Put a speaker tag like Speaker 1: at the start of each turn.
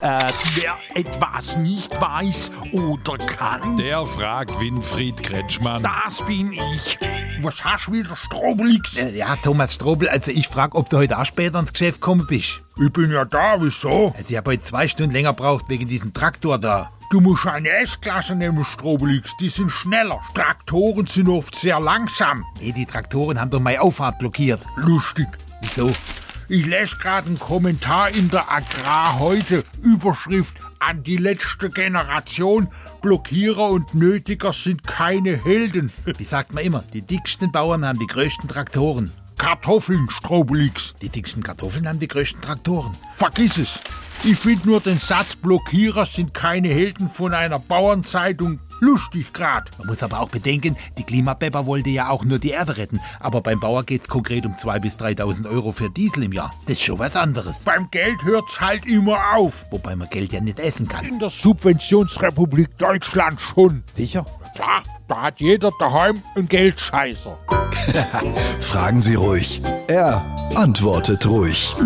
Speaker 1: Äh, wer etwas nicht weiß oder kann,
Speaker 2: Der fragt Winfried Kretschmann.
Speaker 1: das bin ich. Was hast du wieder, Strobelix?
Speaker 3: Äh, Ja, Thomas Strobel, also ich frage, ob du heute auch später ans Geschäft gekommen bist.
Speaker 1: Ich bin ja da, wieso?
Speaker 3: Also ich habe heute zwei Stunden länger gebraucht wegen diesem Traktor da.
Speaker 1: Du musst eine S-Klasse nehmen, Strobelix. Die sind schneller. Traktoren sind oft sehr langsam.
Speaker 3: Nee, die Traktoren haben doch meine Auffahrt blockiert.
Speaker 1: Lustig.
Speaker 3: Wieso?
Speaker 1: Ich lese gerade einen Kommentar in der Agrar heute. Überschrift an die letzte Generation. Blockierer und Nötiger sind keine Helden.
Speaker 3: Wie sagt man immer, die dicksten Bauern haben die größten Traktoren.
Speaker 1: Kartoffeln, Strobelix.
Speaker 3: Die dicksten Kartoffeln haben die größten Traktoren.
Speaker 1: Vergiss es. Ich finde nur den Satz Blockierer sind keine Helden von einer Bauernzeitung lustig grad.
Speaker 3: Man muss aber auch bedenken, die Klimabepper wollte ja auch nur die Erde retten. Aber beim Bauer geht's konkret um 2.000 bis 3.000 Euro für Diesel im Jahr. Das ist schon was anderes.
Speaker 1: Beim Geld hört's halt immer auf.
Speaker 3: Wobei man Geld ja nicht essen kann.
Speaker 1: In der Subventionsrepublik Deutschland schon.
Speaker 3: Sicher?
Speaker 1: Klar, da hat jeder daheim einen Geldscheißer.
Speaker 4: Fragen Sie ruhig. Er antwortet ruhig.